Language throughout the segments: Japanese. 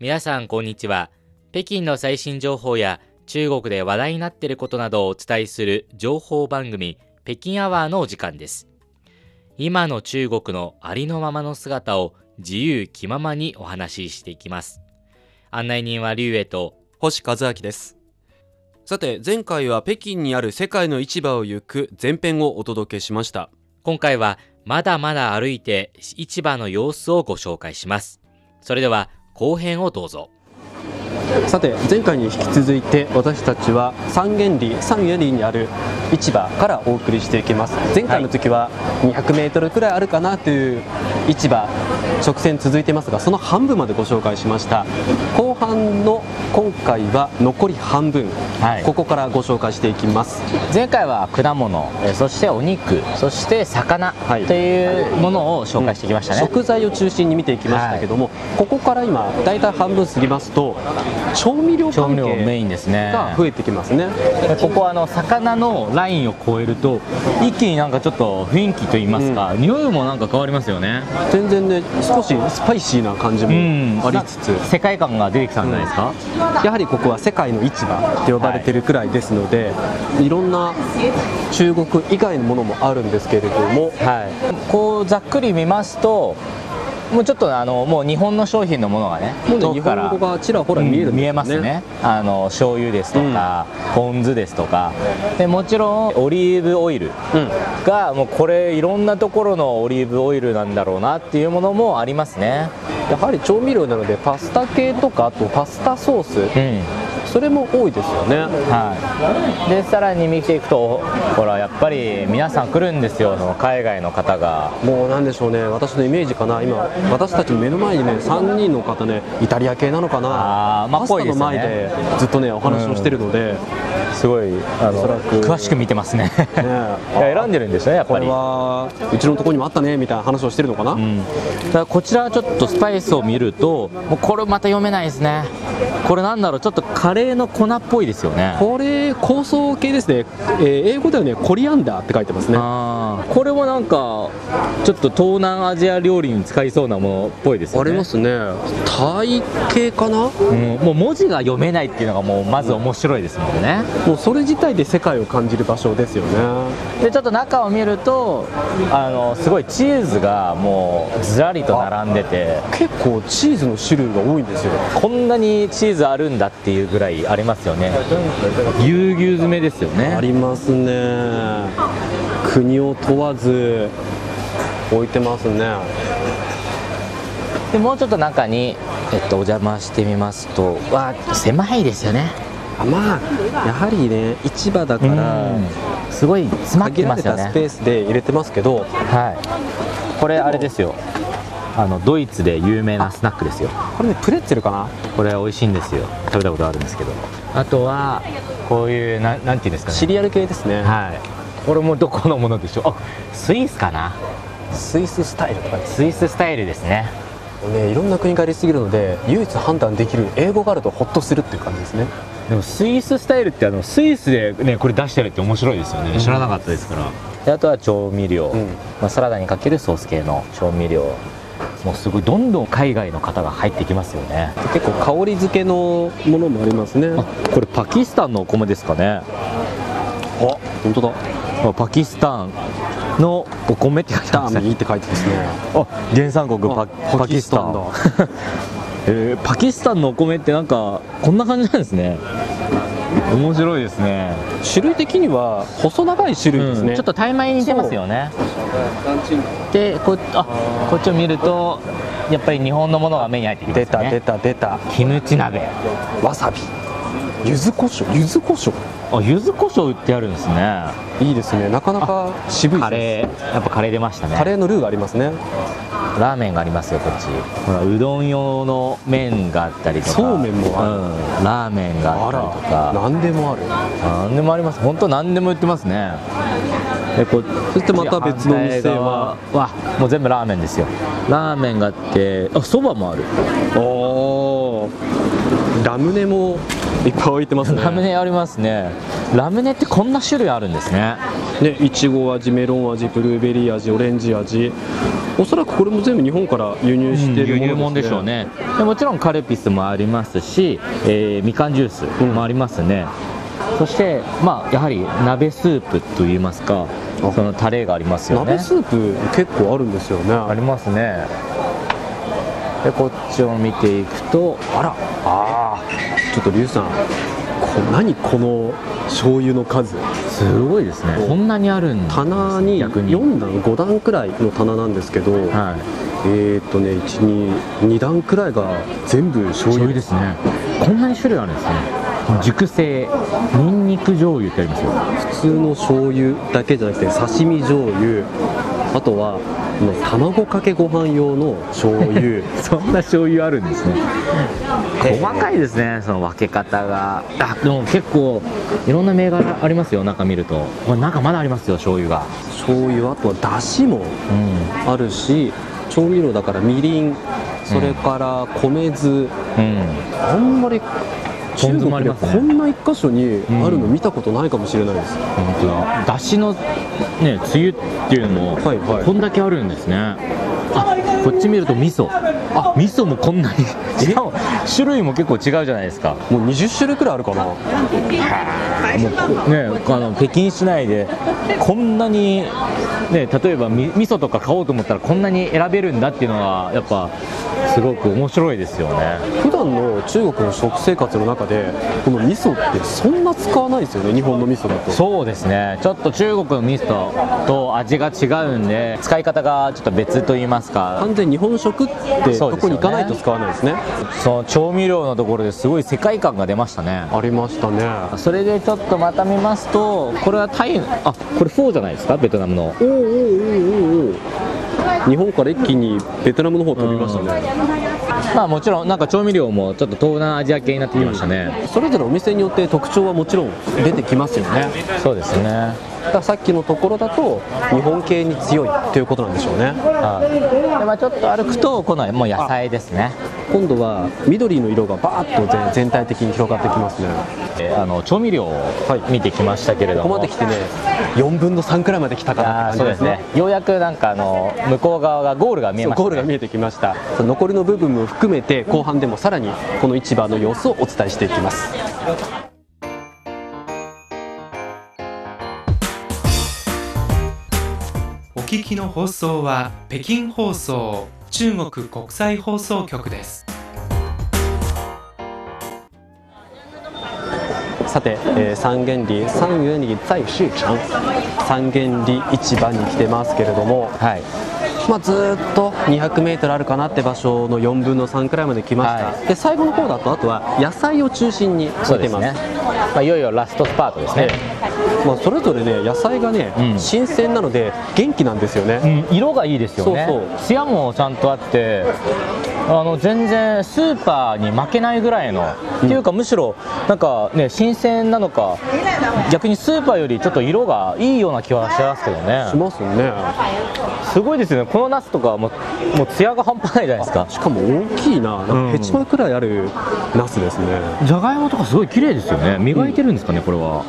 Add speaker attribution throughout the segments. Speaker 1: 皆さんこんにちは。北京の最新情報や中国で話題になっていることなどをお伝えする情報番組北京アワーのお時間です。今の中国のありのままの姿を自由気ままにお話ししていきます。案内人は劉衛と
Speaker 2: 星和明です。さて前回は北京にある世界の市場を行く前編をお届けしました。
Speaker 1: 今回はまだまだ歩いて市場の様子をご紹介します。それでは後編をどうぞ
Speaker 2: さて前回に引き続いて私たちは三元里三元里にある市場からお送りしていきます前回の時は200メートルくらいあるかなという市場直線続いてますがその半分までご紹介しました後半の今回は残り半分、はい、ここからご紹介していきます、
Speaker 3: 前回は果物そしてお肉そして魚というものを紹介してきましたね、はい
Speaker 2: 食材を中心に見ていきましたけども、はい、ここから今大体半分過ぎますと調味料関係
Speaker 3: メインですね
Speaker 2: が増えてきますね、ね、
Speaker 3: ここあの魚のラインを超えると一気になんかちょっと雰囲気といいますか、うん、匂いもなんか変わりますよね
Speaker 2: 全然ね少しスパイシーな感じもありつつ、うん、
Speaker 3: 世界観が出てきたんじゃないですか、
Speaker 2: うん、やはりここは世界の市場って呼ばれてるくらいですので、はい、いろんな中国以外のものもあるんですけれども、
Speaker 3: はい、こうざっくり見ますともうちょっとあのもう日本の商品のものがね、
Speaker 2: もうね日本語がちらほら見える、ねうん、
Speaker 3: 見えますね。あの醤油ですとか、うん、ポン酢ですとか、でもちろんオリーブオイルが、うん、もうこれいろんなところのオリーブオイルなんだろうなっていうものもありますね。
Speaker 2: やはり調味料なのでパスタ系とかあとパスタソース。うんそれも多いですよね、
Speaker 3: はい、でさらに見ていくとほらやっぱり皆さん来るんですよその海外の方が
Speaker 2: もうなんでしょうね私のイメージかな今私たち目の前にね3人の方ねイタリア系なのかなあ、まあ、ね、パスタの前でずっとねお話をしてるので、
Speaker 3: うん、すごいあの詳しく見てま すねね選んでるんですねやっぱり
Speaker 2: これはうちのとこにもあったねみたいな話をしてるのかな、うん、
Speaker 3: だこちらちょっとスパイスを見るともうこれまた読めないですねこれなんだろうちょっとレーの粉っぽいですよね
Speaker 2: これ香草系ですね、えー、英語ではねコリアンダーって書いてますね
Speaker 3: これもなんかちょっと東南アジア料理に使いそうなものっぽいですよ、
Speaker 2: ねありますねタイ系かな、うん
Speaker 3: もう文字が読めないっていうのがもうまず面白いですもんね、
Speaker 2: うん、もうそれ自体で世界を感じる場所ですよね
Speaker 3: でちょっと中を見るとあのすごいチーズがもうずらりと並んでて
Speaker 2: 結構チーズの種類が多いんですよ
Speaker 3: こんなにチーズあるんだっていうぐらいありますよねぎゅうぎゅう詰めですよね
Speaker 2: ありますね国を問わず置いてますね
Speaker 3: でもうちょっと中に、えっと、お邪魔してみますとわ狭いですよね
Speaker 2: まあやはりね市場だから
Speaker 3: すごい詰まってますよね
Speaker 2: スペースで入れてますけど、
Speaker 3: はい、これあれですよあのドイツで有名なスナックですよ
Speaker 2: これねプレッツェルかな
Speaker 3: これ美味しいんですよ食べたことあるんですけどあとはこういうななんていうんですかね
Speaker 2: シリアル系ですね
Speaker 3: はいこれもどこのものでしょうあスイスかな
Speaker 2: スイススタイルとか
Speaker 3: スイススタイルですね
Speaker 2: ねいろんな国がありすぎるので唯一判断できる英語があるとホッとするっていう感じですね
Speaker 3: でもスイススタイルってあのスイスで、ね、これ出してるって面白いですよね、うん、知らなかったですからであとは調味料、うん、まあ、サラダにかけるソース系の調味料もうすごいどんどん海外の方が入ってきますよね
Speaker 2: 結構香り付けのものもありますね
Speaker 3: これパキスタンのお米ですかねあ
Speaker 2: 本当だ
Speaker 3: パキスタンのお米って書いてます
Speaker 2: ねって書いてますね
Speaker 3: あ原産国パパキスタンだ、 えー、パキスタンのお米ってなんかこんな感じなんですね面白いですね、
Speaker 2: 種類的には細長い種類ですね、うん
Speaker 3: ちょっとタイ米に似てますよねでこあこっちを見るとやっぱり日本のものが目に入ってきます、ね、
Speaker 2: 出た出た出た
Speaker 3: キムチ鍋
Speaker 2: わさび柚子胡椒柚子胡椒
Speaker 3: あ柚子胡椒売ってあるんですね
Speaker 2: いいですねなかなか渋い
Speaker 3: カレーやっぱカレー出ましたね
Speaker 2: カレーのルーがありますね
Speaker 3: ラーメンがありますよこっちほらうどん用の麺があったりとか
Speaker 2: そうめんもある、
Speaker 3: うん、ラーメンがあったりとか
Speaker 2: 何でもある
Speaker 3: 何でもあります本当何でも売ってますね
Speaker 2: でこそしてまた別の店は
Speaker 3: わもう全部ラーメンですよラーメンがあってあそばもある
Speaker 2: おラムネもいっぱい置いてますね
Speaker 3: ラムネありますねラムネってこんな種類あるんですね
Speaker 2: ねいちご味メロン味ブルーベリー味オレンジ味おそらくこれも全部日本から輸入してる
Speaker 3: 輸入
Speaker 2: も
Speaker 3: も
Speaker 2: の
Speaker 3: ん
Speaker 2: で
Speaker 3: ですし
Speaker 2: ね
Speaker 3: ょうねでもちろんカルピスもありますし、えーみかんジュースもありますね、そして、まあ、やはり鍋スープといいますか
Speaker 2: あ
Speaker 3: そのタレがありますよね
Speaker 2: 鍋スープ結構あるんですよね
Speaker 3: ありますねでこっちを見ていくと
Speaker 2: あらあーちょっとリュウさんこ何この醤油の数
Speaker 3: すごいですねこんなにあるんですね
Speaker 2: 棚に
Speaker 3: 逆に
Speaker 2: 4段5段くらいの棚なんですけど、
Speaker 3: はい
Speaker 2: えーっとね122段くらいが全部醤
Speaker 3: 醤
Speaker 2: 油
Speaker 3: 油ですねこんなに種類あるんですね熟成ニンニク醤油ってありますよ
Speaker 2: 普通の醤油だけじゃなくて刺身醤油あとはあの卵かけご飯用の醤 油
Speaker 3: そんな醤油あるんですね細かいですねその分け方があでも結構いろんな銘柄ありますよ中見るとこれ中まだありますよ醤油が
Speaker 2: 醤油あとはだしも
Speaker 3: うん
Speaker 2: あるし調味料だからみりんそれから米酢、
Speaker 3: うん
Speaker 2: あんまり
Speaker 3: ポン
Speaker 2: 中
Speaker 3: 酢も
Speaker 2: 国
Speaker 3: あり
Speaker 2: で
Speaker 3: ますね
Speaker 2: こんな一箇所にあるの
Speaker 3: うん
Speaker 2: 見たことないかもしれないです、
Speaker 3: 本当だだしのねつゆっていうのも、
Speaker 2: はいはい
Speaker 3: こんだけあるんですねあこっち見ると味噌あ味噌もこんなにしかも種類も結構違うじゃないですか
Speaker 2: もう20種類くらいあるかな
Speaker 3: もうねあの北京市内でこんなに、ね、例えばみ味噌とか買おうと思ったらこんなに選べるんだっていうのはやっぱすごく面白いですよね
Speaker 2: 普段の中国の食生活の中でこの味噌ってそんな使わないですよね日本の味噌だと
Speaker 3: そうですねちょっと中国の味噌と味が違うんで使い方がちょっと別と言いますか
Speaker 2: 完全に日本食って
Speaker 3: そう
Speaker 2: と
Speaker 3: で
Speaker 2: こ
Speaker 3: すよね
Speaker 2: に行かないと使わないですね
Speaker 3: その調味料のところですごい世界観が出ましたね
Speaker 2: ありましたね
Speaker 3: それでちょっとまた見ますとこれはタイあこれフォーじゃないですかベトナムの
Speaker 2: おおおおおお日本から一気にベトナムの方飛びましたね、
Speaker 3: まあもちろんなんか調味料もちょっと東南アジア系になってきましたね、
Speaker 2: それぞれお店によって特徴はもちろん出てきますよね
Speaker 3: そうですね
Speaker 2: だからさっきのところだと日本系に強いっていうことなんでしょうね
Speaker 3: はいでまあ、ちょっと歩くとこのもう野菜ですね
Speaker 2: 今度は緑の色がバーッと全全体的に広がってきますね
Speaker 3: えーあの調味料を見てきましたけれど
Speaker 2: ここ
Speaker 3: も、
Speaker 2: まで来てね4分の3くらいまで来たかなっ
Speaker 3: あー
Speaker 2: て
Speaker 3: そう
Speaker 2: 感じ
Speaker 3: で
Speaker 2: です
Speaker 3: す
Speaker 2: ね
Speaker 3: ねようやくなんかあの向こう側がゴールが見えました、ね、
Speaker 2: ゴールが見えてきましたその残りの部分も含めて後半でもさらにこの市場の様子をお伝えしていきます
Speaker 4: お聞きの放送は北京放送中国国際放送局です。
Speaker 2: さて、えー、三元里三元里在市場三元里市場に来てますけれども、
Speaker 3: はい
Speaker 2: まあ、ずーっと 200m あるかなって場所の4分の3くらいまで来ました、
Speaker 3: は
Speaker 2: で最後の方だとあとは野菜を中心に置
Speaker 3: そ
Speaker 2: いうて
Speaker 3: です
Speaker 2: ます
Speaker 3: ね、まあ、いよいよラストスパートですね、
Speaker 2: まあ、それぞれね野菜がね、
Speaker 3: うん
Speaker 2: 新鮮なので元気なんですよね、
Speaker 3: うん、色がいいですよね
Speaker 2: そうそう
Speaker 3: 艶もちゃんとあってあの全然スーパーに負けないぐらいの、っていうかむしろなんかね新鮮なのか逆にスーパーよりちょっと色がいいような気はしますけどね
Speaker 2: しますね
Speaker 3: すごいですよねこのナスとかももう艶が半端ないじゃないですか
Speaker 2: しかも大きいななん
Speaker 3: うん
Speaker 2: かヘチマくらいあるナスですね、
Speaker 3: じゃがいもとかすごい綺麗ですよね磨いてるんですかねこれは、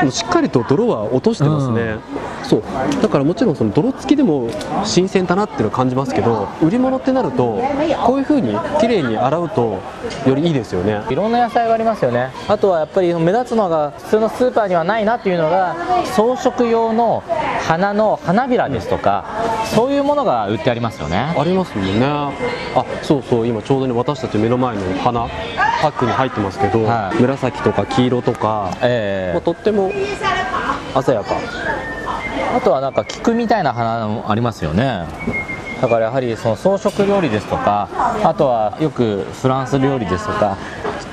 Speaker 2: でもしっかりと泥は落としてますね、そうだからもちろんその泥付きでも新鮮だなっていうのを感じますけど売り物ってなるとこういう風に綺麗に洗うとよりいいですよね
Speaker 3: いろんな野菜がありますよねあとはやっぱり目立つのが普通のスーパーにはないなっていうのが装飾用の花の花びらですとか、そういうものが売ってありますよね
Speaker 2: ありますもんねあそうそう今ちょうどね私たち目の前の花パックに入ってますけど、
Speaker 3: はい
Speaker 2: 紫とか黄色とか、
Speaker 3: え
Speaker 2: まあ、
Speaker 3: え
Speaker 2: とっても鮮やか
Speaker 3: あとはなんか菊みたいな花もありますよねだからやはりその装飾料理ですとかあとはよくフランス料理ですとか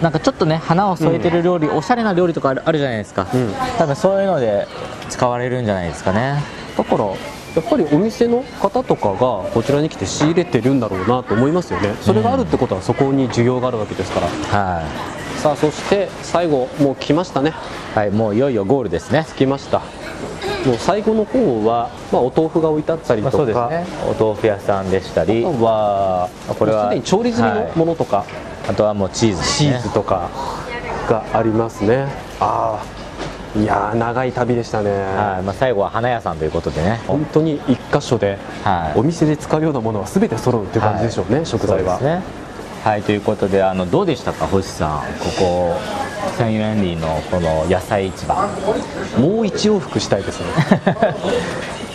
Speaker 3: なんかちょっとね花を添えてる料理、おしゃれな料理とかあるあるじゃないですか、
Speaker 2: うん
Speaker 3: 多分そういうので使われるんじゃないですかね
Speaker 2: だからやっぱりお店の方とかがこちらに来て仕入れてるんだろうなと思いますよねそれがあるってことはそこに需要があるわけですから、
Speaker 3: はい、
Speaker 2: さあそして最後もう来ましたね
Speaker 3: はい、もういよいよゴールですね。
Speaker 2: 着きましたもう最後の方は、まあ、お豆腐が置いてあったりとか、
Speaker 3: お豆腐屋さんでしたり、
Speaker 2: あとは
Speaker 3: これ
Speaker 2: もう
Speaker 3: は
Speaker 2: すでに調理済みのものとか、
Speaker 3: あとはもうチーズ、
Speaker 2: チーズとか、がありますねああいやー長い旅でしたね、
Speaker 3: はいまあ、最後は花屋さんということでね、
Speaker 2: 本当に一箇所で
Speaker 3: はい、
Speaker 2: お店で使うようなものは全て揃うっていう感じでしょうね、食材は、
Speaker 3: そうですねはいということであのどうでしたか星さんここサンユランリーのこの野菜市場
Speaker 2: もう一往復したいですね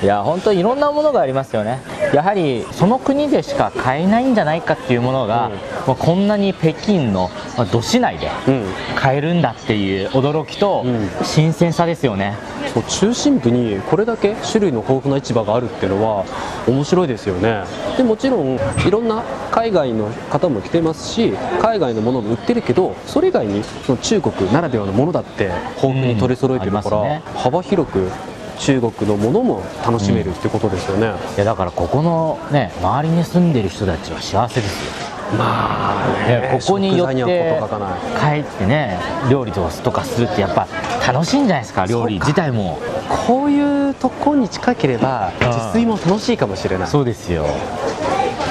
Speaker 3: いや本当にいろんなものがありますよねやはりその国でしか買えないんじゃないかっていうものが、
Speaker 2: うん
Speaker 3: まあこんなに北京のまあど市内で
Speaker 2: うん
Speaker 3: 買えるんだっていう驚きと
Speaker 2: うん
Speaker 3: 新鮮さですよね、
Speaker 2: そう中心部にこれだけ種類の豊富な市場があるっていうのは面白いですよねでもちろんいろんな海外の方も来てますし海外のものも売ってるけどそれ以外にその中国ならではのものだって豊富に取り揃えてるから、
Speaker 3: うんあります
Speaker 2: 幅広く中国のものも楽しめるってことですよね、
Speaker 3: いやだからここのね周りに住んでる人たちは幸せですよ
Speaker 2: まあ
Speaker 3: ねここによっ
Speaker 2: 食材には事欠かない
Speaker 3: て帰ってね料理とかするってやっぱ楽しいんじゃないですか料
Speaker 2: そ
Speaker 3: 理
Speaker 2: うか
Speaker 3: 自体も
Speaker 2: こういうとこに近ければ
Speaker 3: うん
Speaker 2: 自炊も楽しいかもしれない
Speaker 3: そうですよ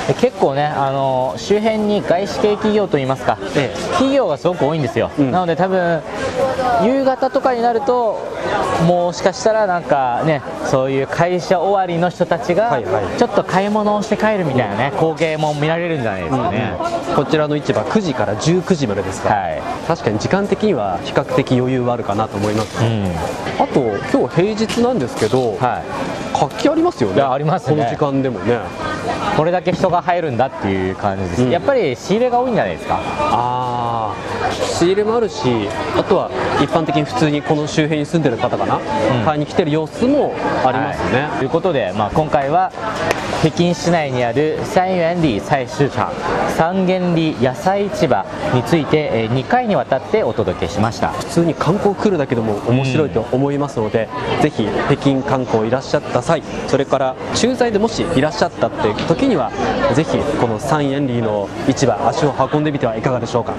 Speaker 3: で結構ねあの周辺に外資系企業といいますか、
Speaker 2: ええ
Speaker 3: 企業がすごく多いんですよ、
Speaker 2: うん
Speaker 3: なので多分夕方とかになるともしかしたらなんかねそういう会社終わりの人たちが
Speaker 2: はいはい
Speaker 3: ちょっと買い物をして帰るみたいなね光景も見られるんじゃないですかね、
Speaker 2: こちらの市場9時から19時までですから、
Speaker 3: はい
Speaker 2: 確かに時間的には比較的余裕はあるかなと思います、
Speaker 3: うん
Speaker 2: あと今日平日なんですけど、
Speaker 3: はい
Speaker 2: 活気ありますよね
Speaker 3: いやありますね
Speaker 2: この時間でもね
Speaker 3: これだけ人が入るんだっていう感じです、
Speaker 2: うん
Speaker 3: やっぱり仕入れが多いんじゃないですか
Speaker 2: ああ仕入れもあるしあとは一般的に普通にこの周辺に住んでる方かな、
Speaker 3: ん
Speaker 2: 買いに来てる様子もありますね、
Speaker 3: はいということで、まあ、今回は北京市内にある三元里菜市場三元里野菜市場について、え2回にわたってお届けしました
Speaker 2: 普通に観光来るだけでも面白いと思いますので、ぜひ北京観光いらっしゃった際それから駐在でもしいらっしゃったっていう時にはぜひこの三円里の市場足を運んでみてはいかがでしょうか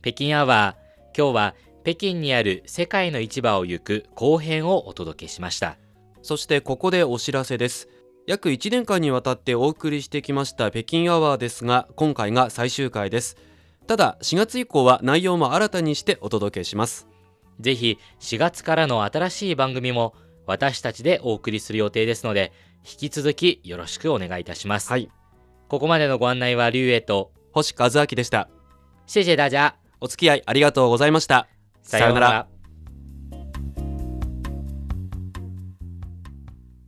Speaker 1: 北京アワー今日は北京にある世界の市場を行く後編をお届けしました
Speaker 5: そしてここでお知らせです約1年間にわたってお送りしてきました北京アワーですが今回が最終回ですただ4月以降は内容も新たにしてお届けします
Speaker 1: ぜひ4月からの新しい番組も私たちでお送りする予定ですので引き続きよろしくお願いいたします、
Speaker 5: はい、
Speaker 1: ここまでのご案内はリュウエイと
Speaker 5: 星和明でした
Speaker 1: 谢谢大家
Speaker 5: お付き合いありがとうございました
Speaker 1: さようなら